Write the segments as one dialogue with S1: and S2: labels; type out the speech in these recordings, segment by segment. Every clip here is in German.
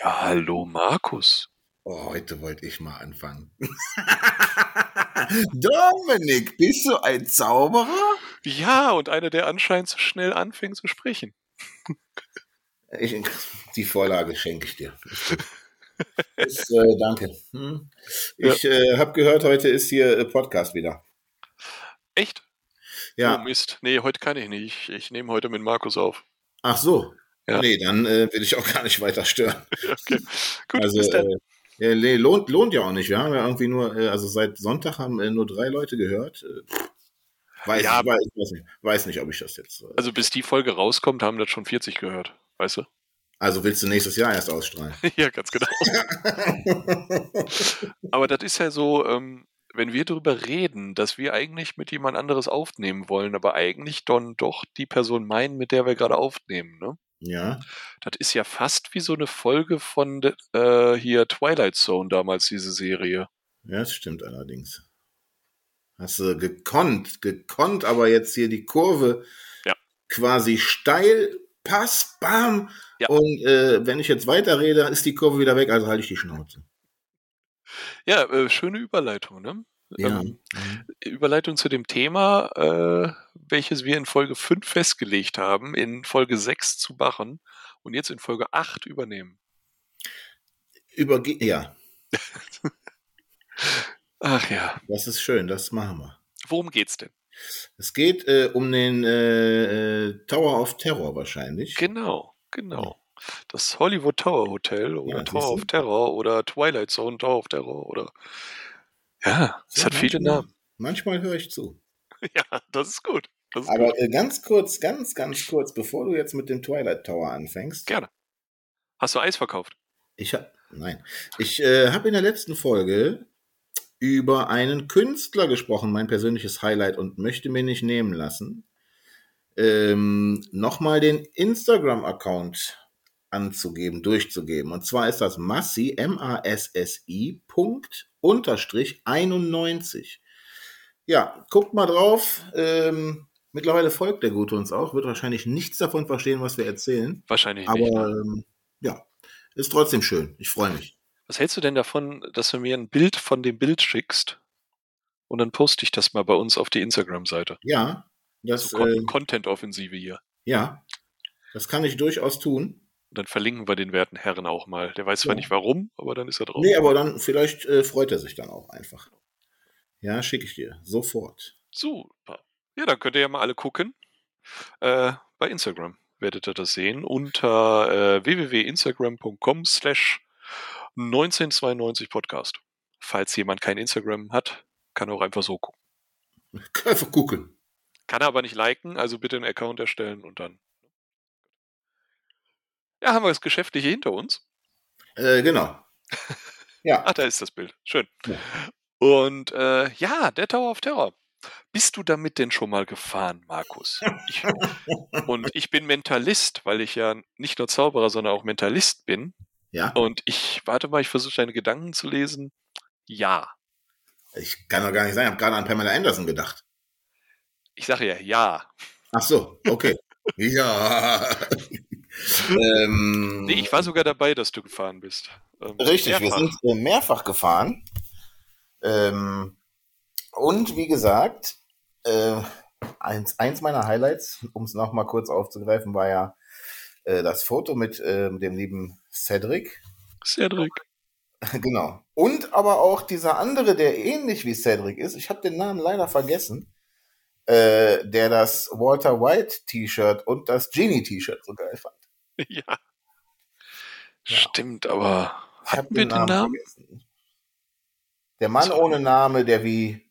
S1: Ja, hallo Markus.
S2: Oh, heute wollte ich mal anfangen. Dominik, bist du ein Zauberer?
S1: Ja, und einer, der anscheinend so schnell anfing zu sprechen.
S2: Ich, die Vorlage schenke ich dir. Das, äh, danke. Hm. Ich äh, habe gehört, heute ist hier äh, Podcast wieder.
S1: Echt? Oh
S2: Ja,
S1: Mist. Nee, heute kann ich nicht. Ich, ich nehme heute mit Markus auf.
S2: ach so.
S1: Ja.
S2: Nee, dann äh, will ich auch gar nicht weiter stören.
S1: Okay. Gut,
S2: Also,
S1: bis dann.
S2: äh, ja, nee, lohnt, lohnt ja auch nicht. Wir haben ja irgendwie nur, äh, also seit Sonntag haben äh, nur drei Leute gehört. Äh, pff, weiß,
S1: Ja.
S2: ich, weiß, ich weiß, nicht, weiß nicht, ob ich das jetzt. Äh,
S1: Also bis die Folge rauskommt, haben das schon 40 gehört. Weißt du?
S2: also willst du nächstes Jahr erst ausstrahlen?
S1: ja, ganz genau. Aber das ist ja so, ähm, wenn wir darüber reden, dass wir eigentlich mit jemand anderes aufnehmen wollen, aber eigentlich dann doch die Person meinen, mit der wir gerade aufnehmen, ne?
S2: ja.
S1: Das ist ja fast wie so eine Folge von de- äh, hier Twilight Zone damals, diese Serie.
S2: Ja, das stimmt allerdings. Hast du gekonnt, gekonnt, aber jetzt hier die Kurve
S1: Ja.
S2: quasi steil, Pass, bam.
S1: Ja.
S2: Und äh, wenn ich jetzt weiterrede, ist die Kurve wieder weg, also halte ich die Schnauze.
S1: Ja, äh, schöne Überleitung, ne?
S2: Ja.
S1: Ähm, Überleitung zu dem Thema, äh, welches wir in Folge 5 festgelegt haben, in Folge 6 zu machen und jetzt in Folge 8 übernehmen.
S2: Überge ja,
S1: Ach ja,
S2: das ist schön, das machen wir.
S1: worum geht's denn?
S2: Es geht äh, um den äh, äh, Tower of Terror wahrscheinlich.
S1: Genau, genau. Das Hollywood Tower Hotel oder
S2: Ja,
S1: Tower
S2: siehst du.
S1: of Terror oder Twilight Zone Tower of Terror oder. Ja, es
S2: Ja,
S1: hat viele
S2: manchmal-
S1: Namen.
S2: Manchmal höre ich zu.
S1: Ja, das ist gut. Das ist gut.
S2: Aber äh, ganz kurz, ganz, ganz kurz, bevor du jetzt mit dem Twilight Tower anfängst.
S1: Gerne. Hast du Eis verkauft?
S2: Ich habe nein, ich äh, habe in der letzten Folge über einen Künstler gesprochen, mein persönliches Highlight und möchte mir nicht nehmen lassen, ähm, nochmal den Instagram-Account anzugeben, durchzugeben. Und zwar ist das Massi M A S S I Punkt unterstrich 91. Ja, guckt mal drauf. Ähm, mittlerweile folgt der Gute uns auch, wird wahrscheinlich nichts davon verstehen, was wir erzählen.
S1: Wahrscheinlich nicht.
S2: Aber
S1: ne?
S2: ähm, ja, ist trotzdem schön. Ich freue mich.
S1: Was hältst du denn davon, dass du mir ein Bild von dem Bild schickst und dann poste ich das mal bei uns auf die Instagram-Seite?
S2: Ja, das,
S1: So Con
S2: äh,
S1: Content-Offensive hier.
S2: ja, das kann ich durchaus tun.
S1: Und dann verlinken wir den werten Herren auch mal. Der weiß zwar
S2: Ja.
S1: nicht warum, aber dann ist er drauf.
S2: Nee, aber dann vielleicht äh, freut er sich dann auch einfach. Ja, schicke ich dir sofort.
S1: Super. Ja, dann könnt ihr ja mal alle gucken. Äh, bei Instagram werdet ihr das sehen unter äh, www.instagram.com slash 1992 Podcast. Falls jemand kein Instagram hat, kann er auch einfach so gucken.
S2: Einfach googeln.
S1: Kann er aber nicht liken, also bitte einen Account erstellen und dann. ne? Ja, haben wir das Geschäftliche hinter uns.
S2: Äh, genau. Ja,
S1: Ach, da ist das Bild. Schön.
S2: Ja.
S1: Und äh, ja, der Tower of Terror. Bist du damit denn schon mal gefahren, Markus? Ich, und ich bin Mentalist, weil ich ja nicht nur Zauberer, sondern auch Mentalist bin.
S2: ja.
S1: Und ich, warte mal, ich versuche deine Gedanken zu lesen. Ja.
S2: Ich kann doch gar nicht sein. Ich habe gerade an Pamela Anderson gedacht.
S1: Ich sage ja, ja.
S2: Ach so, okay. ja. ähm,
S1: Nee, ich war sogar dabei, dass du gefahren bist. Ähm,
S2: Richtig,
S1: mehrfach.
S2: wir sind äh, mehrfach gefahren. Ähm, und wie gesagt, äh, eins, eins meiner Highlights, um es nochmal kurz aufzugreifen, war ja äh, das Foto mit äh, dem lieben Cedric.
S1: Cedric.
S2: genau. Und aber auch dieser andere, der ähnlich wie Cedric ist, ich habe den Namen leider vergessen, äh, der das Walter White T-Shirt und das Genie T-Shirt so geil fand.
S1: Ja. Stimmt, aber
S2: Ich hab
S1: hatten wir den Namen?
S2: vergessen. Der Mann
S1: Das war-
S2: ohne Name, der wie,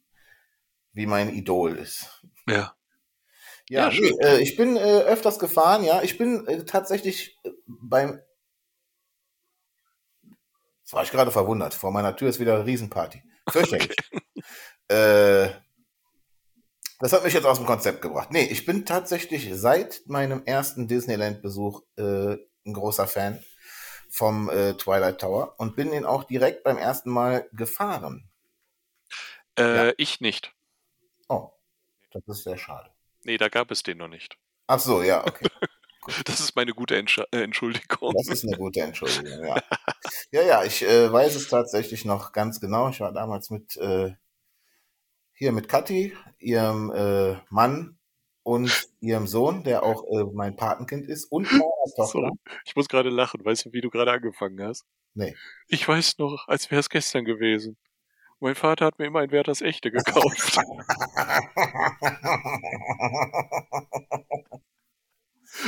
S2: wie mein Idol ist.
S1: Ja.
S2: Ja,
S1: Ja, schön.
S2: nee, äh, ich bin äh, öfters gefahren, ja. Ich bin äh, tatsächlich äh, beim. Das war ich gerade verwundert. Vor meiner Tür ist wieder eine Riesenparty. Fürchterlich. Äh, das hat mich jetzt aus dem Konzept gebracht. Nee, ich bin tatsächlich seit meinem ersten Disneyland-Besuch äh, ein großer Fan vom äh, Twilight Tower und bin ihn auch direkt beim ersten Mal gefahren.
S1: Äh, Ich nicht.
S2: Oh, das ist sehr schade.
S1: Nee, da gab es den noch nicht.
S2: Ach so, ja, okay.
S1: Das ist meine gute Entsch äh, Entschuldigung.
S2: Das ist eine gute Entschuldigung, ja. ja, ja, ich äh, weiß es tatsächlich noch ganz genau. Ich war damals mit äh, hier mit Kathi, ihrem äh, Mann und ihrem Sohn, der auch äh, mein Patenkind ist, und meiner Tochter.
S1: Sorry. Ich muss gerade lachen. Weißt du, wie du gerade angefangen hast?
S2: Nee.
S1: Ich weiß noch, als wäre es gestern gewesen. Mein Vater hat mir immer ein Werthers Echte gekauft.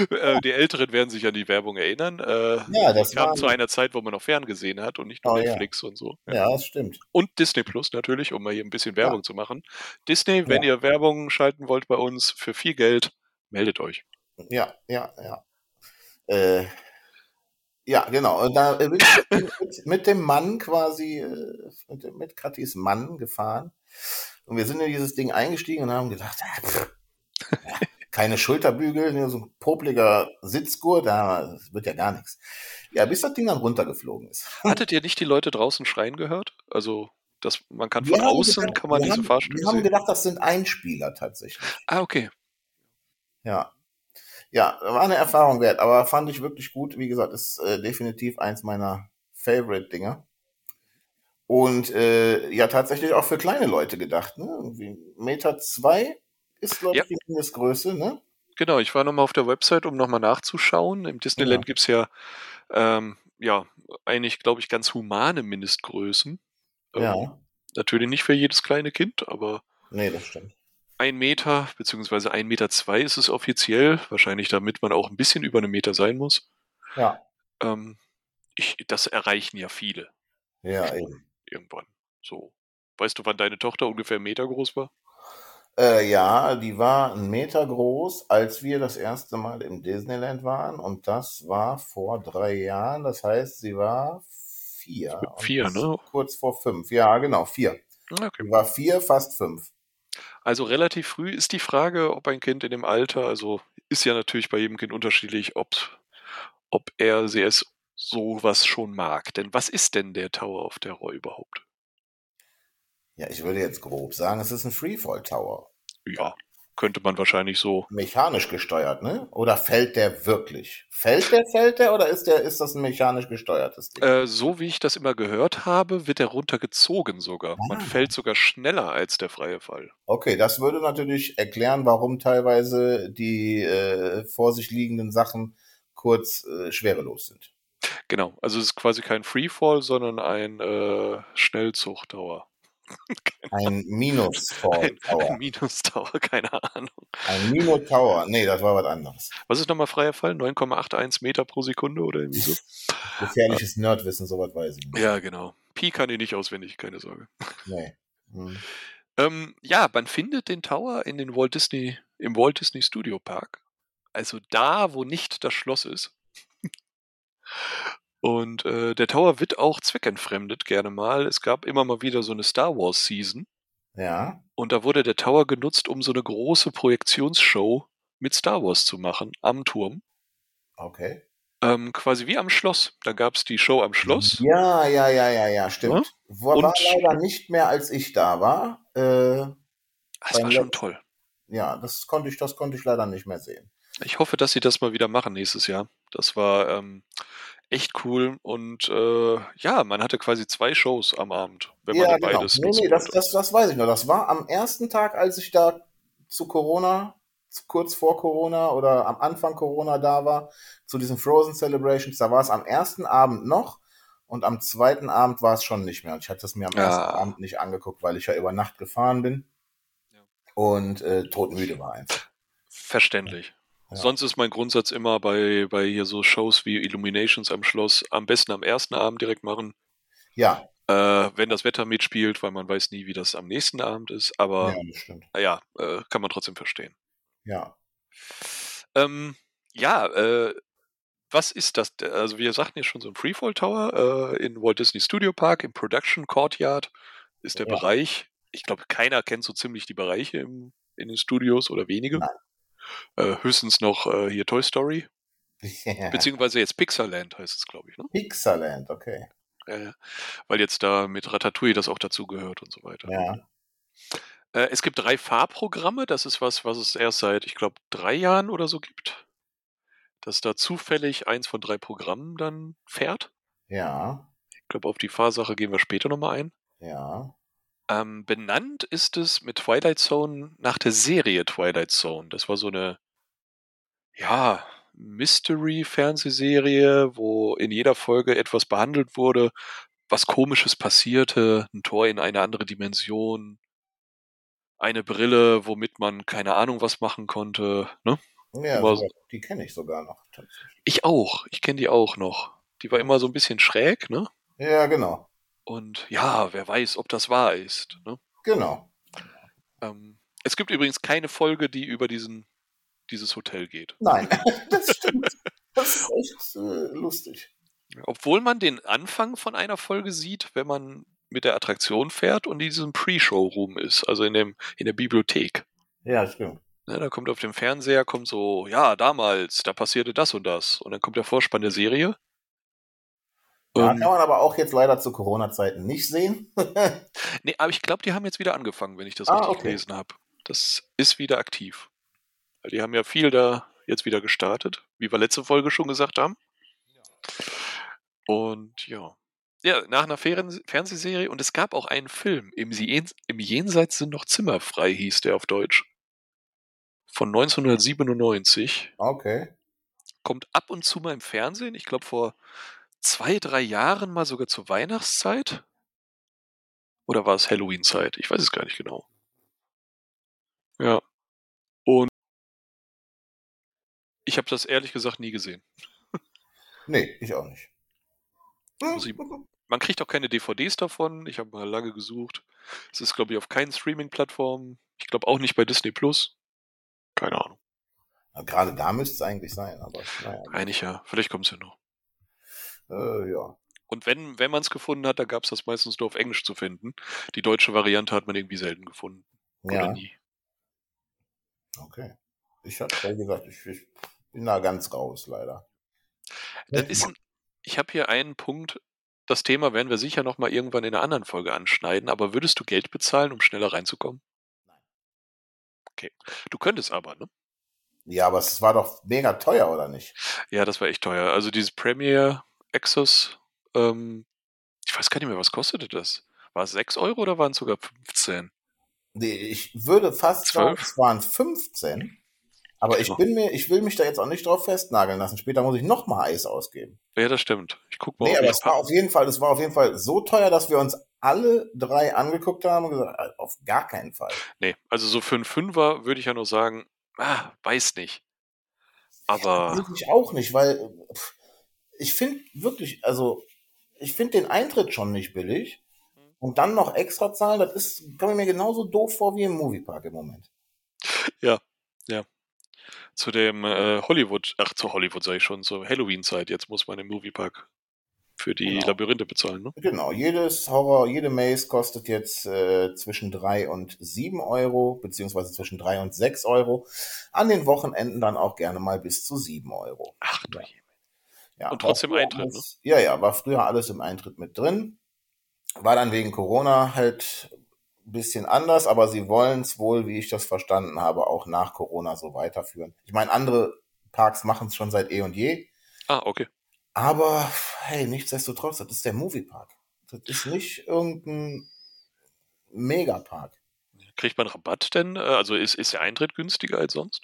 S1: äh, die Älteren werden sich an die Werbung erinnern. Äh,
S2: Ja, das
S1: kam
S2: war.
S1: zu einer Zeit, wo man noch ferngesehen hat und nicht nur
S2: Oh, ja.
S1: Netflix und so.
S2: Ja, das stimmt.
S1: Und Disney Plus natürlich, um mal hier ein bisschen Werbung zu machen. Disney, wenn ihr Werbung schalten wollt bei uns für viel Geld, meldet euch.
S2: Ja, ja, ja. Äh, ja, genau. Und Da bin ich mit, mit dem Mann quasi, äh, mit, dem- mit Katis Mann gefahren. Und wir sind in dieses Ding eingestiegen und haben gedacht, ah, pff, ja, keine Schulterbügel, nur so ein popliger Sitzgurt, da wird ja gar nichts. Ja, bis das Ding dann runtergeflogen ist.
S1: Hattet ihr nicht die Leute draußen schreien gehört? Also, das, man kann
S2: Wir
S1: von
S2: haben
S1: außen
S2: gedacht-
S1: kann man
S2: wir
S1: diese
S2: haben,
S1: Fahrstühle
S2: Wir haben
S1: sehen.
S2: gedacht, das sind Einspieler tatsächlich.
S1: Ah, okay.
S2: Ja. Ja, war eine Erfahrung wert, aber fand ich wirklich gut. Wie gesagt, ist äh, definitiv eins meiner Favorite-Dinger. Und äh, ja, tatsächlich auch für kleine Leute gedacht. Ne? Irgendwie Meter zwei ist, glaube
S1: Ja.
S2: ich, die Mindestgröße. Ne?
S1: Genau, ich war nochmal auf der Website, um nochmal nachzuschauen. Im Disneyland
S2: Ja.
S1: gibt's ja, ähm, ja, eigentlich, glaube ich, ganz humane Mindestgrößen. Ähm,
S2: Ja.
S1: Natürlich nicht für jedes kleine Kind, aber
S2: Nee, das stimmt.
S1: ein Meter beziehungsweise ein Meter zwei ist es offiziell. Wahrscheinlich, damit man auch ein bisschen über einem Meter sein muss.
S2: Ja.
S1: Ähm, ich, das erreichen ja viele
S2: Ja, eben.
S1: irgendwann. So. Weißt du, wann deine Tochter ungefähr einen Meter groß war?
S2: Äh, ja, die war einen Meter groß, als wir das erste Mal im Disneyland waren. Und das war vor drei Jahren. Das heißt, sie war vier. Und
S1: Vier,
S2: das
S1: ne?
S2: Kurz vor fünf. Ja, genau, vier.
S1: Ah, Okay.
S2: Die war vier, fast fünf.
S1: Also relativ früh ist die Frage, ob ein Kind in dem Alter, also ist ja natürlich bei jedem Kind unterschiedlich, ob, ob er sie es sowas schon mag. Denn was ist denn der Tower auf der Roy überhaupt?
S2: Ja, ich würde jetzt grob sagen, es ist ein Freefall Tower.
S1: Ja, könnte man wahrscheinlich so.
S2: Mechanisch gesteuert, ne? Oder fällt der wirklich? Fällt der, fällt der oder ist der, ist das ein mechanisch gesteuertes Ding?
S1: Äh, so wie ich das immer gehört habe, wird er runtergezogen sogar. Man
S2: Ah.
S1: fällt sogar schneller als der freie Fall.
S2: Okay, das würde natürlich erklären, warum teilweise die äh, vor sich liegenden Sachen kurz äh, schwerelos sind.
S1: Genau, also es ist quasi kein Freefall, sondern ein äh, Schnellzug-Tower.
S2: Ein Minus-Fall Tower.
S1: Ein Minus-Tower, keine Ahnung.
S2: Ein Minus-Tower. Nee, das war was anderes.
S1: Was ist nochmal freier Fall? 9,81 Meter pro Sekunde oder irgendwie so?
S2: Gefährliches Nerdwissen, sowas weiß ich nicht.
S1: Ja, genau. Pi kann ich nicht auswendig, keine Sorge.
S2: Nee. Hm.
S1: Ähm, ja, man findet den Tower in den Walt Disney, im Walt Disney Studio Park. Also da, wo nicht das Schloss ist. Und äh, der Tower wird auch zweckentfremdet, gerne mal. Es gab immer mal wieder so eine Star Wars Season.
S2: Ja.
S1: Und da wurde der Tower genutzt, um so eine große Projektionsshow mit Star Wars zu machen am Turm.
S2: Okay.
S1: Ähm, quasi wie am Schloss. Da gab es die Show am Schloss.
S2: Mhm. Ja, ja, ja, ja, ja,
S1: Ja?
S2: stimmt. War, war
S1: Und-
S2: leider nicht mehr, als ich da war. Äh,
S1: Ah, Es war
S2: beim
S1: schon
S2: Let-
S1: toll.
S2: ja, das konnte ich, das konnte ich leider nicht mehr sehen.
S1: Ich hoffe, dass sie das mal wieder machen nächstes Jahr. Das war ähm, echt cool. Und äh, ja, man hatte quasi zwei Shows am Abend, wenn man
S2: ja, genau.
S1: denn beides
S2: Nee,
S1: nutzen
S2: nee, das,
S1: wollte.
S2: das, das weiß ich noch. Das war am ersten Tag, als ich da zu Corona, zu kurz vor Corona oder am Anfang Corona da war, zu diesen Frozen Celebrations, da war es am ersten Abend noch und am zweiten Abend war es schon nicht mehr. Und ich hatte es mir am
S1: Ja.
S2: ersten Abend nicht angeguckt, weil ich ja über Nacht gefahren bin
S1: Ah. Ja.
S2: und äh, todmüde war einfach.
S1: Verständlich.
S2: Ja.
S1: Sonst ist mein Grundsatz immer bei, bei hier so Shows wie Illuminations am Schloss am besten am ersten Abend direkt machen,
S2: Ja,
S1: äh, wenn das Wetter mitspielt, weil man weiß nie, wie das am nächsten Abend ist. Aber
S2: ja, das stimmt.
S1: naja, äh, kann man trotzdem verstehen.
S2: Ja.
S1: Ähm, ja, äh, was ist das? Also wir sagten ja schon so ein Freefall Tower äh, in Walt Disney Studio Park im Production Courtyard ist der
S2: Ja.
S1: Bereich. Ich glaube, keiner kennt so ziemlich die Bereiche im, in den Studios oder wenige. Äh, höchstens noch äh, hier Toy Story, beziehungsweise jetzt Pixarland heißt es, glaube ich, ne?
S2: Pixarland, okay.
S1: Äh, weil jetzt da mit Ratatouille das auch dazugehört und so weiter.
S2: Ja.
S1: Äh, es gibt drei Fahrprogramme. Das ist was, was es erst seit, ich glaube, drei Jahren oder so gibt. dass da zufällig eins von drei Programmen dann fährt.
S2: Ja,
S1: Ich glaube, auf die Fahrsache gehen wir später nochmal ein.
S2: ja.
S1: Ähm, benannt ist es mit Twilight Zone nach der Serie Twilight Zone. Das war so eine, ja, Mystery-Fernsehserie, wo in jeder Folge etwas behandelt wurde, was Komisches passierte, ein Tor in eine andere Dimension, eine Brille, womit man keine Ahnung was machen konnte. Ne?
S2: ja
S1: Aber-
S2: sogar- die kenne ich sogar noch. tatsächlich.
S1: Ich auch, ich kenne die auch noch. Die war immer so ein bisschen schräg, ne?
S2: Ja, genau.
S1: Und ja, wer weiß, ob das wahr ist. Ne?
S2: Genau.
S1: Ähm, es gibt übrigens keine Folge, die über diesen, dieses Hotel geht.
S2: Nein, das stimmt. Das ist echt äh, lustig.
S1: Obwohl man den Anfang von einer Folge sieht, wenn man mit der Attraktion fährt und in diesem Pre-Show-Room ist, also in, dem, in der Bibliothek.
S2: Ja, stimmt.
S1: Ne, da kommt auf dem Fernseher, kommt so, ja, damals, da passierte das und das. Und dann kommt der Vorspann der Serie.
S2: Ja,
S1: Ähm,
S2: kann man aber auch jetzt leider zu Corona-Zeiten nicht sehen.
S1: nee, aber ich glaube, die haben jetzt wieder angefangen, wenn ich das
S2: Ah,
S1: richtig
S2: okay.
S1: gelesen habe. Das ist wieder aktiv. Weil Die haben ja viel da jetzt wieder gestartet, wie wir letzte Folge schon gesagt haben. Und ja. Ja, nach einer Ferien Fernsehserie und es gab auch einen Film, im, Jen im Jenseits sind noch Zimmer frei, hieß der auf Deutsch. Von 1997.
S2: Okay.
S1: Kommt ab und zu mal im Fernsehen, ich glaube vor zwei, drei Jahren mal sogar zur Weihnachtszeit. Oder war es Halloween-Zeit? Ich weiß es gar nicht genau. Ja. Und ich habe das ehrlich gesagt nie gesehen.
S2: Nee, ich auch nicht. Hm.
S1: Muss ich- Man kriegt auch keine DVDs davon. Ich habe mal lange gesucht. Es ist, glaube ich, auf keinen Streaming-Plattformen. Ich glaube auch nicht bei Disney Plus. Keine Ahnung.
S2: Na, Gerade da müsste es eigentlich sein, aber naja.
S1: Eigentlich ja. Vielleicht kommt es ja noch.
S2: Äh, ja.
S1: Und wenn, wenn man es gefunden hat, dann gab es das meistens nur auf Englisch zu finden. Die deutsche Variante hat man irgendwie selten gefunden. Oder
S2: Ja,
S1: nie.
S2: okay. Ich hatte ja gesagt, ich, ich bin da ganz raus, leider.
S1: Das Äh, ist ein, ich habe hier einen Punkt. Das Thema werden wir sicher nochmal irgendwann in einer anderen Folge anschneiden. Aber würdest du Geld bezahlen, um schneller reinzukommen?
S2: Nein.
S1: Okay. Du könntest aber, ne?
S2: Ja, aber es war doch mega teuer, oder nicht?
S1: Ja, das war echt teuer. Also dieses Premier Access, ähm, ich weiß gar nicht mehr, was kostete das? War es 6 Euro oder waren es sogar 15?
S2: Nee, ich würde fast sagen,
S1: Zwölf?
S2: es waren 15. Aber ich
S1: Genau.
S2: bin mir, ich will mich da jetzt auch nicht drauf festnageln lassen. Später muss ich nochmal Eis ausgeben.
S1: Ja, das stimmt. Ich guck mal.
S2: Nee,
S1: ob
S2: aber
S1: ich
S2: es
S1: pa-
S2: war auf jeden Fall, es war auf jeden Fall so teuer, dass wir uns alle drei angeguckt haben und gesagt, "Ah, auf gar keinen Fall.
S1: nee, also so für einen Fünfer würde ich ja nur sagen, ah, weiß nicht.
S2: also
S1: Aber
S2: Wirklich Ich auch nicht, weil pff, ich finde wirklich, also ich finde den Eintritt schon nicht billig. Und dann noch extra zahlen, das ist, kann ich mir genauso doof vor wie im Moviepark im Moment.
S1: zu dem äh, Hollywood, ach zu Hollywood sage ich schon, zur Halloween-Zeit, jetzt muss man im Moviepark für die
S2: Genau.
S1: Labyrinthe bezahlen, ne?
S2: Genau, jedes Horror, jede Maze kostet jetzt äh, zwischen 3 und 7 Euro, beziehungsweise zwischen 3 und 6 Euro. An den Wochenenden dann auch gerne mal bis zu 7 Euro.
S1: Ach du
S2: Ja.
S1: je.
S2: Ja,
S1: Und trotzdem
S2: war früher
S1: Eintritt, ne?
S2: Alles, Ja, ja, war früher alles im Eintritt mit drin. War dann wegen Corona halt ein bisschen anders, aber sie wollen es wohl, wie ich das verstanden habe, auch nach Corona so weiterführen. Ich meine, andere Parks machen es schon seit eh und je,
S1: Ah, okay.
S2: aber hey, nichtsdestotrotz, das ist der Moviepark. Das ist nicht irgendein Megapark.
S1: Kriegt man Rabatt denn? Äh, Also ist, ist der Eintritt günstiger als sonst?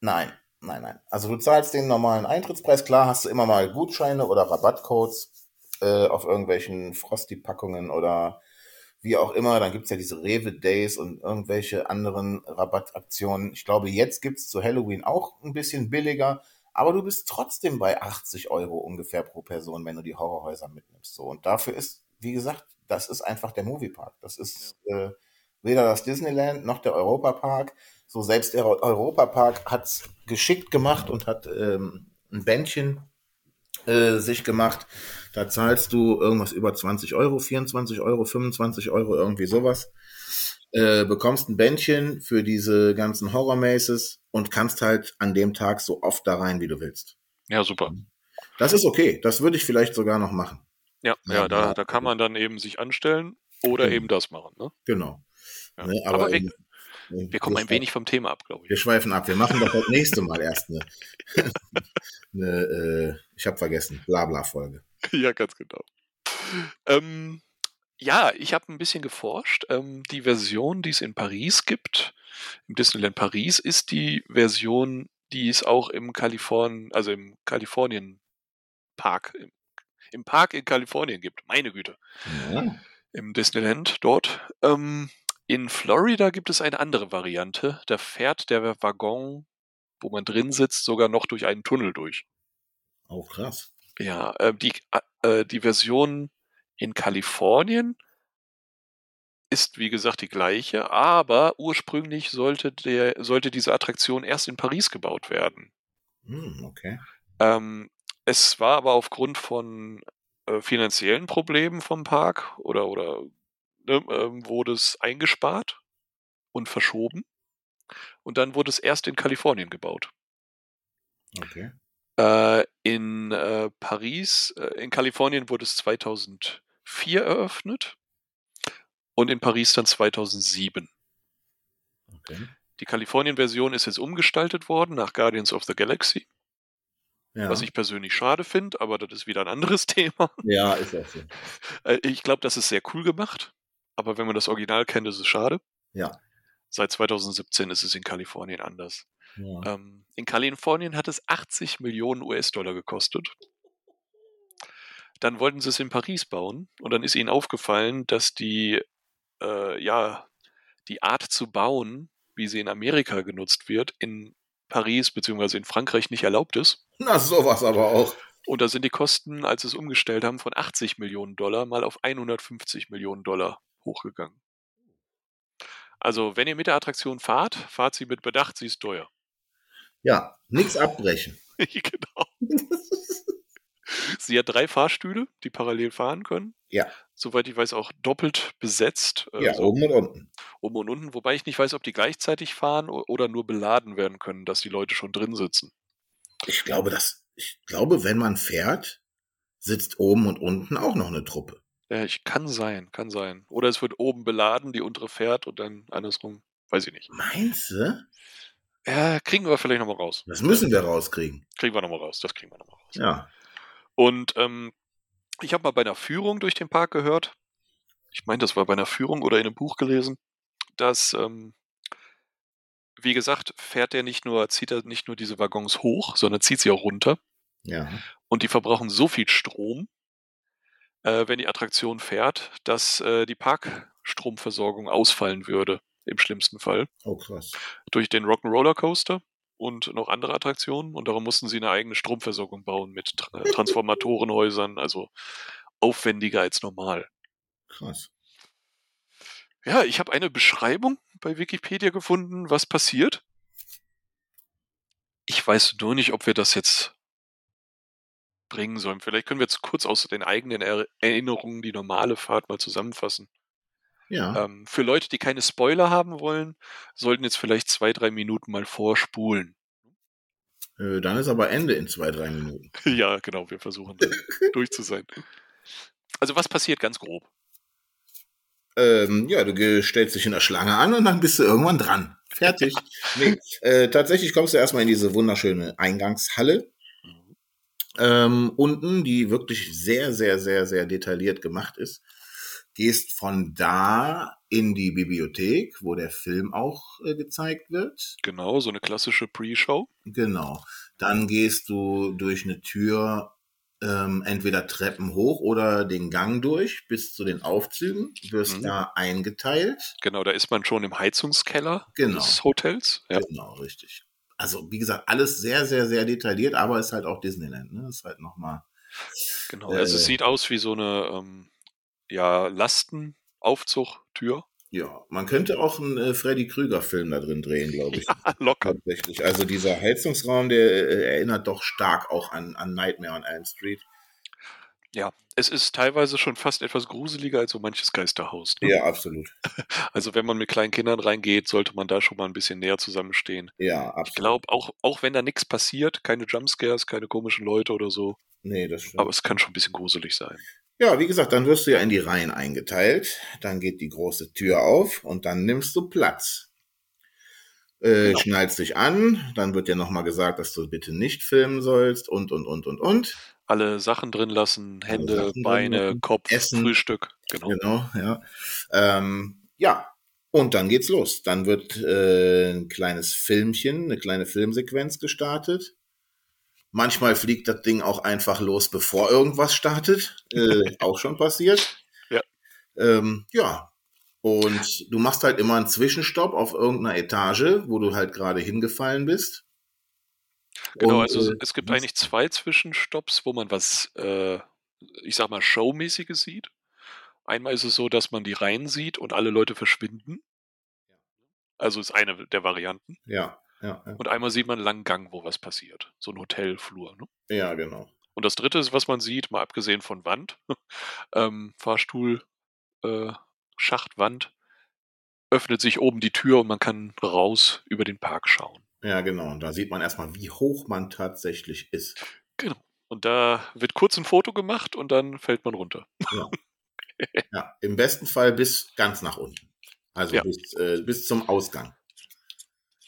S2: Nein, nein, nein. Also du zahlst den normalen Eintrittspreis. Klar hast du immer mal Gutscheine oder Rabattcodes äh, auf irgendwelchen Frosty-Packungen oder wie auch immer. Dann gibt's ja diese Rewe-Days und irgendwelche anderen Rabattaktionen. Ich glaube, jetzt gibt's zu Halloween auch ein bisschen billiger. Aber du bist trotzdem bei 80 Euro ungefähr pro Person, wenn du die Horrorhäuser mitnimmst. So und dafür ist, wie gesagt, das ist einfach der Moviepark. Das ist äh, weder das Disneyland noch der Europapark so selbst der Europapark hat es geschickt gemacht und hat ähm, ein Bändchen äh, sich gemacht. Da zahlst du irgendwas über 20 Euro, 24 Euro, 25 Euro, irgendwie sowas. Äh, bekommst ein Bändchen für diese ganzen Horror-Maces und kannst halt an dem Tag so oft da rein, wie du willst.
S1: Ja, super.
S2: Das ist okay. Das würde ich vielleicht sogar noch machen.
S1: Ja,
S2: Ja,
S1: ja, da,
S2: ja. also
S1: da kann man dann eben sich anstellen oder
S2: Genau.
S1: eben das machen. Ne?
S2: Genau.
S1: Ja.
S2: Ne,
S1: aber
S2: aber
S1: wir,
S2: eben,
S1: Wir kommen ein wenig vom Thema ab, glaube ich.
S2: Wir schweifen ab. Wir machen doch das nächste Mal erst eine, eine äh, ich habe vergessen, Blabla-Folge.
S1: Ja, ganz genau. Ähm, ja, ich habe ein bisschen geforscht. Ähm, die Version, die es in Paris gibt, im Disneyland Paris, ist die Version, die es auch im Kalifornien, also im Kalifornien Park, im, im Park in Kalifornien gibt. Meine Güte.
S2: Ja.
S1: Im Disneyland dort. Ähm, in Florida gibt es eine andere Variante. Da fährt der Waggon, wo man drin sitzt, sogar noch durch einen Tunnel durch.
S2: Auch krass.
S1: Ja, äh, die, äh, die Version in Kalifornien ist wie gesagt die gleiche, aber ursprünglich sollte, der, sollte diese Attraktion erst in Paris gebaut werden.
S2: Hm, okay.
S1: Ähm, es war aber aufgrund von äh, finanziellen Problemen vom Park oder, oder ne, ähm, wurde es eingespart und verschoben. Und dann wurde es erst in Kalifornien gebaut.
S2: Okay.
S1: Äh, in äh, Paris, äh, in Kalifornien wurde es 2004 eröffnet und in Paris dann 2007.
S2: okay.
S1: Die Kalifornien-Version ist jetzt umgestaltet worden nach Guardians of the Galaxy,
S2: Ja.
S1: was ich persönlich schade finde, aber das ist wieder ein anderes Thema.
S2: ja, ist auch so.
S1: Äh, Ich glaube, das ist sehr cool gemacht, aber wenn man das Original kennt, ist es schade.
S2: Ja.
S1: Seit 2017 ist es in Kalifornien anders.
S2: Ja.
S1: Ähm, in Kalifornien hat es 80 Millionen US-Dollar gekostet. Dann wollten sie es in Paris bauen und dann ist ihnen aufgefallen, dass die, äh, ja, die Art zu bauen, wie sie in Amerika genutzt wird, in Paris bzw. in Frankreich nicht erlaubt ist.
S2: Na, sowas aber auch.
S1: Und da sind die Kosten, als sie es umgestellt haben, von 80 Millionen Dollar mal auf 150 Millionen Dollar hochgegangen. Also, wenn ihr mit der Attraktion fahrt, fahrt sie mit Bedacht, sie ist teuer.
S2: Ja, nichts abbrechen.
S1: genau. Sie hat drei Fahrstühle, die parallel fahren können.
S2: Ja.
S1: Soweit ich weiß, auch doppelt besetzt. äh,
S2: Ja,
S1: so
S2: oben und unten.
S1: oben und unten, wobei ich nicht weiß, ob die gleichzeitig fahren o- oder nur beladen werden können, dass die Leute schon drin sitzen.
S2: Ich glaube, das, ich glaube, wenn man fährt, sitzt oben und unten auch noch eine Truppe.
S1: Ja, ich kann sein, kann sein. Oder es wird oben beladen, die untere fährt und dann andersrum. Weiß ich nicht.
S2: Meinst du?
S1: Ja, kriegen wir vielleicht nochmal raus.
S2: Das müssen wir rauskriegen.
S1: Kriegen wir nochmal raus. Das kriegen wir nochmal raus.
S2: Ja.
S1: Und ähm, ich habe mal bei einer Führung durch den Park gehört, ich meine, das war bei einer Führung oder in einem Buch gelesen, dass, ähm, wie gesagt, fährt er nicht nur, zieht er nicht nur diese Waggons hoch, sondern zieht sie auch runter.
S2: Ja.
S1: Und die verbrauchen so viel Strom, äh, wenn die Attraktion fährt, dass äh, die Parkstromversorgung ausfallen würde, im schlimmsten Fall,
S2: Oh, krass.
S1: durch den Rock'n'Roller Coaster und noch andere Attraktionen. Und darum mussten sie eine eigene Stromversorgung bauen mit Tra äh, Transformatorenhäusern, also aufwendiger als normal.
S2: Krass.
S1: Ja, ich habe eine Beschreibung bei Wikipedia gefunden, was passiert. Ich weiß nur nicht, ob wir das jetzt bringen sollen. Vielleicht können wir jetzt kurz aus den eigenen Er Erinnerungen die normale Fahrt mal zusammenfassen.
S2: Ja.
S1: Ähm, für Leute, die keine Spoiler haben wollen, sollten jetzt vielleicht zwei, drei Minuten mal vorspulen.
S2: Äh, Dann ist aber Ende in zwei, drei Minuten.
S1: ja, genau, wir versuchen da durch zu sein. Also was passiert ganz grob?
S2: Ähm, ja, du ge- stellst dich in der Schlange an und dann bist du irgendwann dran. Fertig. nee, äh, tatsächlich kommst du erstmal in diese wunderschöne Eingangshalle. Ähm, unten, die wirklich sehr, sehr, sehr, sehr detailliert gemacht ist. Gehst von da in die Bibliothek, wo der Film auch äh, gezeigt wird.
S1: Genau, so eine klassische Pre-Show.
S2: Genau. Dann gehst du durch eine Tür ähm, entweder Treppen hoch oder den Gang durch bis zu den Aufzügen, wirst
S1: Mhm.
S2: da eingeteilt.
S1: Genau, da ist man schon im Heizungskeller
S2: Genau.
S1: des Hotels. Ja.
S2: Genau, richtig. Also, wie gesagt, alles sehr, sehr, sehr detailliert, aber ist halt auch Disneyland, ne? Ist halt nochmal.
S1: Genau, also es
S2: Äh.
S1: sieht aus wie so eine ähm, ja, Lastenaufzugtür.
S2: Ja, man könnte auch einen äh, Freddy Krüger-Film da drin drehen, glaube ich.
S1: Locker.
S2: Tatsächlich. Also dieser Heizungsraum, der äh, erinnert doch stark auch an, an Nightmare on Elm Street.
S1: Es ist teilweise schon fast etwas gruseliger als so manches Geisterhaus. Ne?
S2: Ja, absolut.
S1: Also wenn man mit kleinen Kindern reingeht, sollte man da schon mal ein bisschen näher zusammenstehen.
S2: Ja,
S1: Ich
S2: absolut.
S1: glaube, auch, auch wenn da nichts passiert, keine Jumpscares, keine komischen Leute oder so,
S2: Nee, das stimmt.
S1: aber es kann schon ein bisschen gruselig sein.
S2: Ja, wie gesagt, dann wirst du ja in die Reihen eingeteilt, dann geht die große Tür auf und dann nimmst du Platz. Äh,
S1: Genau.
S2: Schnallst dich an, dann wird dir nochmal gesagt, dass du bitte nicht filmen sollst und, und, und, und, und.
S1: Alle Sachen drin lassen,
S2: Alle
S1: Hände,
S2: Sachen drin
S1: Beine,
S2: lassen,
S1: Kopf,
S2: Essen.
S1: Frühstück. Genau.
S2: Genau, ja. Ähm, ja, und dann geht's los. Dann wird äh, ein kleines Filmchen, eine kleine Filmsequenz gestartet. Manchmal fliegt das Ding auch einfach los, bevor irgendwas startet. Äh, auch schon passiert.
S1: Ja.
S2: Ähm, ja. Und du machst halt immer einen Zwischenstopp auf irgendeiner Etage, wo du halt gerade hingefallen bist.
S1: Genau,
S2: Und,
S1: also
S2: äh,
S1: es gibt
S2: was-
S1: eigentlich zwei Zwischenstopps, wo man was, äh, ich sag mal, Showmäßiges sieht. Einmal ist es so, dass man die Reihen sieht und alle Leute verschwinden. Also ist eine der Varianten.
S2: Ja, ja, ja.
S1: Und einmal sieht man einen langen Gang, wo was passiert. So ein Hotelflur. Ne?
S2: ja, genau.
S1: Und das dritte ist, was man sieht, mal abgesehen von Wand, ähm, Fahrstuhl, äh, Schachtwand, öffnet sich oben die Tür und man kann raus über den Park schauen.
S2: Ja, genau. Und da sieht man erstmal, wie hoch man tatsächlich ist.
S1: Und da wird kurz ein Foto gemacht und dann fällt man runter.
S2: Ja, im besten Fall bis ganz nach unten. Also
S1: Ja.
S2: bis, äh, bis zum Ausgang.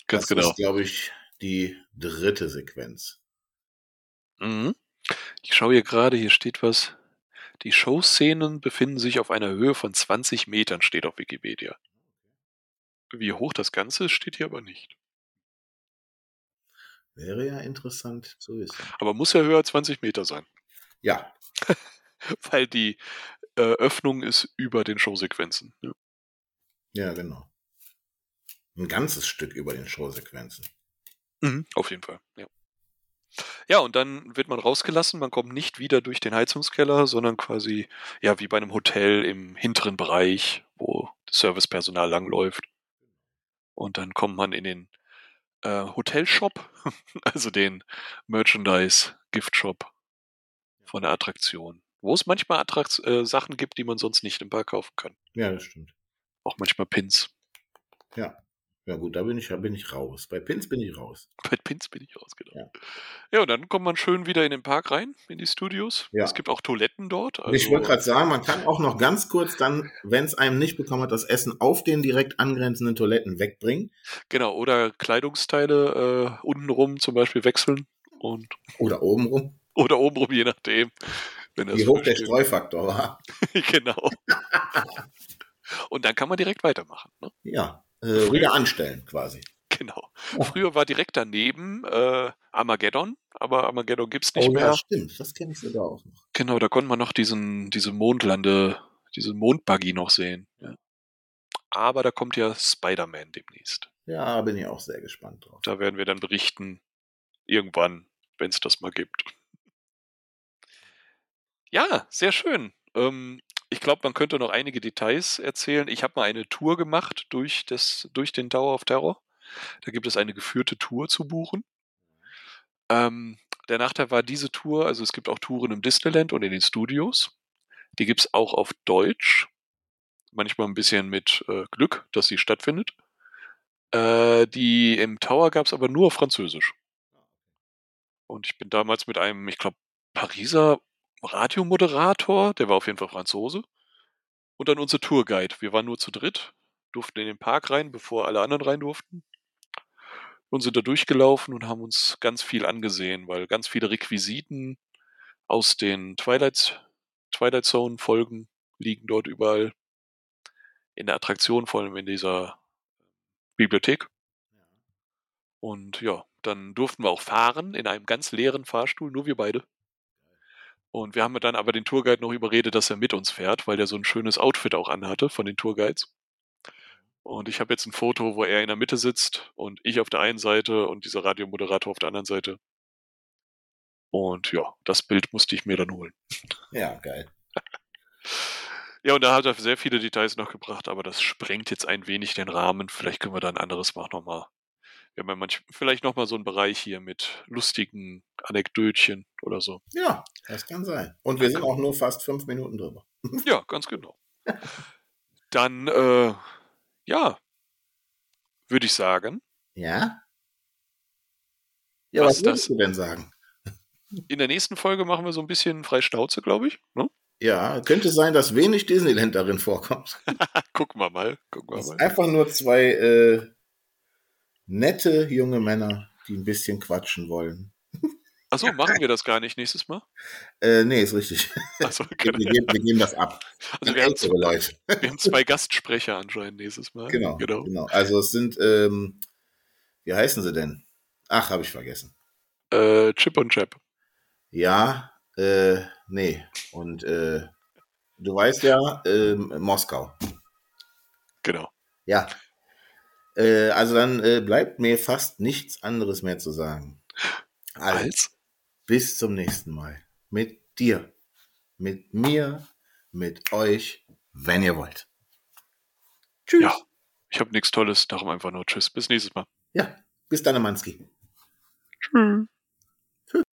S1: Ganz
S2: das
S1: genau.
S2: ist, glaube ich, die dritte Sequenz.
S1: Mhm. Ich schaue hier gerade, hier steht was. Die Showszenen befinden sich auf einer Höhe von 20 Metern, steht auf Wikipedia. Wie hoch das Ganze ist, steht hier aber nicht.
S2: Wäre ja interessant zu wissen.
S1: Aber muss ja höher als 20 Meter sein,
S2: Ja,
S1: weil die äh, Öffnung ist über den Showsequenzen. Ja.
S2: ja, genau. Ein ganzes Stück über den Showsequenzen.
S1: Mhm. Auf jeden Fall. Ja. ja, und dann wird man rausgelassen. Man kommt nicht wieder durch den Heizungskeller, sondern quasi ja wie bei einem Hotel im hinteren Bereich, wo das Servicepersonal langläuft. Und dann kommt man in den äh, Hotelshop, also den Merchandise-Giftshop von der Attraktion, wo es manchmal Attrakt äh, Sachen gibt, die man sonst nicht im Park kaufen kann.
S2: Ja, das stimmt.
S1: Auch manchmal Pins.
S2: Ja. Ja, gut, da bin ich, da bin ich raus. Bei Pins bin ich raus.
S1: Bei Pins bin ich rausgegangen. Ja. und dann kommt man schön wieder in den Park rein, in die Studios.
S2: Ja.
S1: Es gibt auch Toiletten dort. also
S2: ich wollte gerade sagen, man kann auch noch ganz kurz dann, wenn es einem nicht bekommen hat, das Essen auf den direkt angrenzenden Toiletten wegbringen.
S1: Genau, oder Kleidungsteile äh, untenrum zum Beispiel wechseln und
S2: Oder obenrum.
S1: oder obenrum, je nachdem. Wenn das
S2: Wie hoch der
S1: Frühstück-
S2: Streufaktor war.
S1: Genau. und dann kann man direkt weitermachen. Ne?
S2: Ja. Äh, wieder anstellen quasi.
S1: Genau.
S2: Oh.
S1: Früher war direkt daneben äh, Armageddon, aber Armageddon gibt es nicht
S2: oh,
S1: mehr.
S2: Ja, stimmt, das kenne ich sogar auch noch.
S1: Genau, da konnte man noch diesen, diese Mondlande, diesen Mondbuggy noch sehen. Ja. Aber da kommt ja Spider-Man demnächst.
S2: Ja, bin ich auch sehr gespannt drauf.
S1: Da werden wir dann berichten, irgendwann, wenn es das mal gibt. Ja, sehr schön. Ähm, ich glaube, man könnte noch einige Details erzählen. Ich habe mal eine Tour gemacht durch, das, durch den Tower of Terror. Da gibt es eine geführte Tour zu buchen. Ähm, der Nachteil war diese Tour, also es gibt auch Touren im Disneyland und in den Studios. Die gibt es auch auf Deutsch. Manchmal ein bisschen mit äh, Glück, dass sie stattfindet. Äh, die im Tower gab es aber nur auf Französisch. Und ich bin damals mit einem, ich glaube, Pariser Radiomoderator, der war auf jeden Fall Franzose, und dann unser Tourguide. Wir waren nur zu dritt, durften in den Park rein, bevor alle anderen rein durften. Und sind da durchgelaufen und haben uns ganz viel angesehen, weil ganz viele Requisiten aus den Twilight, Twilight Zone Folgen liegen dort überall in der Attraktion, vor allem in dieser Bibliothek. Und ja, dann durften wir auch fahren in einem ganz leeren Fahrstuhl, nur wir beide. Und wir haben dann aber den Tourguide noch überredet, dass er mit uns fährt, weil der so ein schönes Outfit auch anhatte von den Tourguides. Und ich habe jetzt ein Foto, wo er in der Mitte sitzt und ich auf der einen Seite und dieser Radiomoderator auf der anderen Seite. Und ja, das Bild musste ich mir dann holen.
S2: Ja, geil.
S1: Ja, und da hat er sehr viele Details noch gebracht, aber das sprengt jetzt ein wenig den Rahmen. Vielleicht können wir da ein anderes Mal nochmal. Wir haben ja manch, vielleicht nochmal so einen Bereich hier mit lustigen Anekdötchen oder so.
S2: Ja, das kann sein. Und wir sind auch nur fast fünf Minuten drüber.
S1: Ja, ganz genau. Dann, äh, ja, würde ich sagen,
S2: Ja? Ja,
S1: Was
S2: was,
S1: ist das?
S2: würdest du denn sagen?
S1: in der nächsten Folge machen wir so ein bisschen freie Schnauze, glaube ich. Ne?
S2: Ja, könnte sein, dass wenig Disneyland darin vorkommt.
S1: Gucken wir mal. Gucken wir
S2: Dass
S1: mal.
S2: einfach nur zwei äh, nette junge Männer, die ein bisschen quatschen wollen.
S1: Achso, machen wir das gar nicht nächstes Mal?
S2: Äh, nee, ist richtig.
S1: Also,
S2: Wir,
S1: keine-
S2: wir, geben, wir geben das ab.
S1: also
S2: An
S1: wir, haben,
S2: ältere Leute.
S1: wir haben zwei Gastsprecher anscheinend nächstes Mal.
S2: Genau, genau.
S1: genau.
S2: Also es sind, ähm, wie heißen sie denn? Ach, habe ich vergessen.
S1: Äh, Chip und Chap.
S2: Ja, äh, nee. Und äh, du weißt ja, ähm, Moskau.
S1: Genau.
S2: Ja. Äh, also dann äh, bleibt mir fast nichts anderes mehr zu sagen. Also,
S1: Als?
S2: bis zum nächsten Mal. Mit dir. Mit mir. Mit euch. Wenn ihr wollt. Tschüss.
S1: Ja. Ich habe nichts Tolles, darum einfach nur Tschüss. Bis nächstes Mal.
S2: ja. Bis dann, Manski.
S1: Tschüss.